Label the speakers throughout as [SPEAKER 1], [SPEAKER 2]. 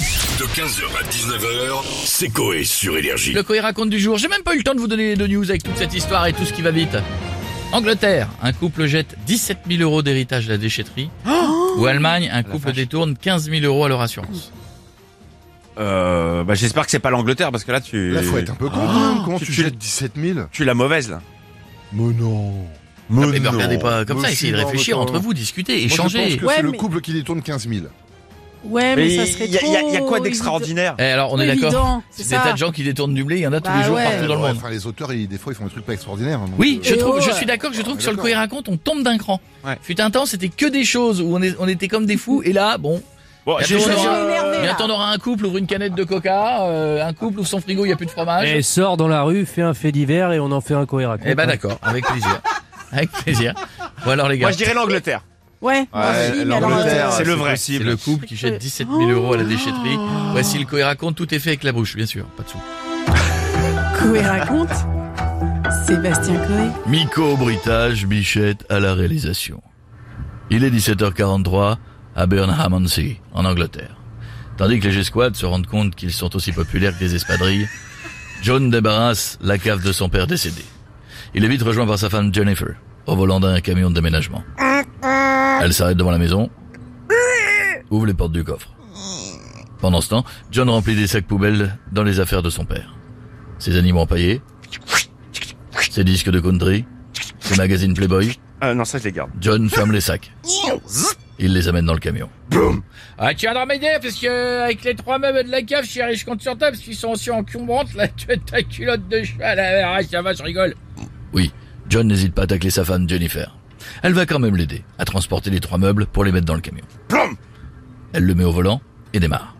[SPEAKER 1] De 15h à 19h, c'est Coé sur Énergie.
[SPEAKER 2] Le Coé raconte du jour. J'ai même pas eu le temps de vous donner les deux news avec toute cette histoire et tout ce qui va vite. Angleterre, un couple jette 17 000 euros d'héritage à la déchetterie.
[SPEAKER 3] Oh
[SPEAKER 2] Ou Allemagne, un couple détourne 15 000 euros à leur assurance.
[SPEAKER 4] Euh, bah, j'espère que c'est pas l'Angleterre parce que là tu
[SPEAKER 5] Là, faut être un peu con quand même. Comment
[SPEAKER 4] tu-
[SPEAKER 5] tu,
[SPEAKER 4] tu-
[SPEAKER 5] jettes 17 000
[SPEAKER 4] tu es la mauvaise là.
[SPEAKER 5] Mais non.
[SPEAKER 2] Mais ne regardez pas comme
[SPEAKER 5] Moi
[SPEAKER 2] ça,
[SPEAKER 5] aussi,
[SPEAKER 2] essayez de
[SPEAKER 5] non,
[SPEAKER 2] réfléchir
[SPEAKER 5] attends.
[SPEAKER 2] entre vous, discuter,
[SPEAKER 5] Moi, je pense
[SPEAKER 2] échanger.
[SPEAKER 5] que
[SPEAKER 3] Ouais,
[SPEAKER 5] c'est le
[SPEAKER 3] mais-
[SPEAKER 5] couple qui détourne 15 000.
[SPEAKER 3] Ouais, mais, ça serait
[SPEAKER 4] il y, a-
[SPEAKER 3] trop.
[SPEAKER 4] y a- y a quoi d'extraordinaire
[SPEAKER 2] Eh, alors on est
[SPEAKER 3] évident,
[SPEAKER 2] d'accord.
[SPEAKER 3] c'est
[SPEAKER 2] C'est des
[SPEAKER 3] ça.
[SPEAKER 2] tas de gens qui détournent du blé, il y en a tous
[SPEAKER 3] Bah
[SPEAKER 2] les jours
[SPEAKER 3] ouais.
[SPEAKER 2] partout dans le
[SPEAKER 5] Ah Ouais,
[SPEAKER 2] monde.
[SPEAKER 5] enfin, les auteurs, ils, des fois, ils font des trucs pas extraordinaires. donc,
[SPEAKER 2] Oui,
[SPEAKER 5] euh,
[SPEAKER 2] je
[SPEAKER 3] Et
[SPEAKER 2] trouve,
[SPEAKER 3] oh,
[SPEAKER 2] je
[SPEAKER 3] ouais.
[SPEAKER 2] suis d'accord, je trouve
[SPEAKER 5] Ouais,
[SPEAKER 2] que sur le
[SPEAKER 5] d'accord.
[SPEAKER 2] Coé raconte, on tombe d'un cran.
[SPEAKER 4] Ouais.
[SPEAKER 2] Fut un temps, c'était que des choses où on, est- on était comme des fous, et là, bon,
[SPEAKER 4] Bon,
[SPEAKER 2] Attends,
[SPEAKER 4] j'ai-
[SPEAKER 2] on
[SPEAKER 3] Je
[SPEAKER 2] aura-
[SPEAKER 3] suis énervé.
[SPEAKER 2] bientôt on aura un couple ouvre une canette de coca, euh, un couple ouvre son frigo, il n'y a plus de fromage.
[SPEAKER 6] Et sort dans la rue, fait un fait divers et on en fait un cohérent.
[SPEAKER 2] Eh ben d'accord, avec plaisir. Avec plaisir. Ou alors les gars,
[SPEAKER 4] Moi je dirais l'Angleterre.
[SPEAKER 3] Ouais, moi
[SPEAKER 5] Ouais,
[SPEAKER 3] aussi, mais alors,
[SPEAKER 5] l'Angleterre,
[SPEAKER 3] euh,
[SPEAKER 4] c'est le vrai.
[SPEAKER 2] c'est
[SPEAKER 5] possible.
[SPEAKER 2] le couple qui jette 17 000 euros à la déchetterie.
[SPEAKER 4] Oh.
[SPEAKER 2] Voici le cohérent raconte, tout est fait avec la bouche, bien sûr, pas de sous.
[SPEAKER 3] Coé raconte. Sébastien Coé.
[SPEAKER 2] Miko Bruitage, Bichette à la réalisation. Il est 17h43 à Burnham on Sea, en Angleterre. Tandis que les G-Squad se rendent compte qu'ils sont aussi populaires que des espadrilles, John débarrasse la cave de son père décédé. Il est vite rejoint par sa femme Jennifer, au volant d'un camion de déménagement. Elle s'arrête devant la maison, ouvre les portes du coffre. Pendant ce temps, John remplit des sacs poubelles dans les affaires de son père. Ses animaux empaillés, ses disques de country, ses magazines Playboy,
[SPEAKER 4] Euh, non, ça je les garde.
[SPEAKER 2] John ferme les sacs. Il les amène dans le camion. Ah tiens, non mais d'ailleurs, parce que euh, avec les trois meubles de la cave, chérie, je compte sur toi, parce qu'ils sont aussi encombrantes, là, que ta culotte de cheval, ah, ah, ça va, je rigole. Oui, John n'hésite pas à tacler sa femme Jennifer. Elle va quand même l'aider à transporter les trois meubles pour les mettre dans le camion. Elle le met au volant et démarre.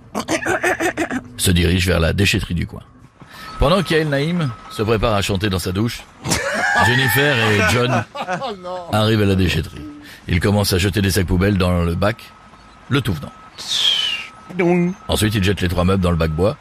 [SPEAKER 2] se dirige vers la déchetterie du coin. Pendant qu'Yael Naïm se prépare à chanter dans sa douche, Jennifer et John arrivent à la déchetterie. Ils commencent à jeter des sacs poubelles dans le bac, le tout venant. Ensuite, ils jettent les trois meubles dans le bac bois.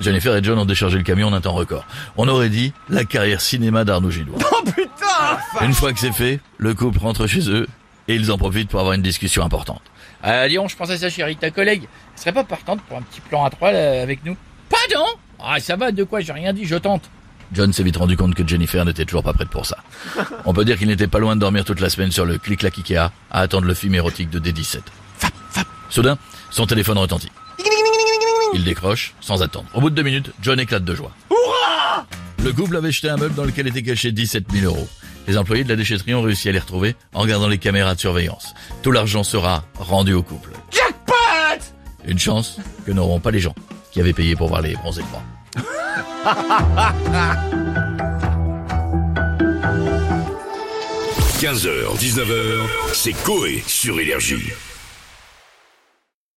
[SPEAKER 2] Jennifer et John ont déchargé le camion en un temps record. On aurait dit la carrière cinéma d'Arnaud Gillois.
[SPEAKER 4] Oh putain
[SPEAKER 2] Une fois que c'est fait, le couple rentre chez eux et ils en profitent pour avoir une discussion importante. Ah, Lyon, je pensais à ça, chérie. Ta collègue, elle serait pas partante pour un petit plan à trois là, avec nous Pardon Ah, ça va, de quoi J'ai rien dit, je tente. John s'est vite rendu compte que Jennifer n'était toujours pas prête pour ça. On peut dire qu'il n'était pas loin de dormir toute la semaine sur le clic-clac Ikea à attendre le film érotique de D17. Fap, fap. Soudain, son téléphone retentit. Il décroche, sans attendre. Au bout de deux minutes, John éclate de joie. Le couple avait jeté un meuble dans lequel étaient cachés 17 000 euros. Les employés de la déchetterie ont réussi à les retrouver en regardant les caméras de surveillance. Tout l'argent sera rendu au couple. Jackpot Une chance que n'auront pas les gens qui avaient payé pour voir les bronzés de bras.
[SPEAKER 1] Le 15h, 19h, c'est Coé sur Énergie.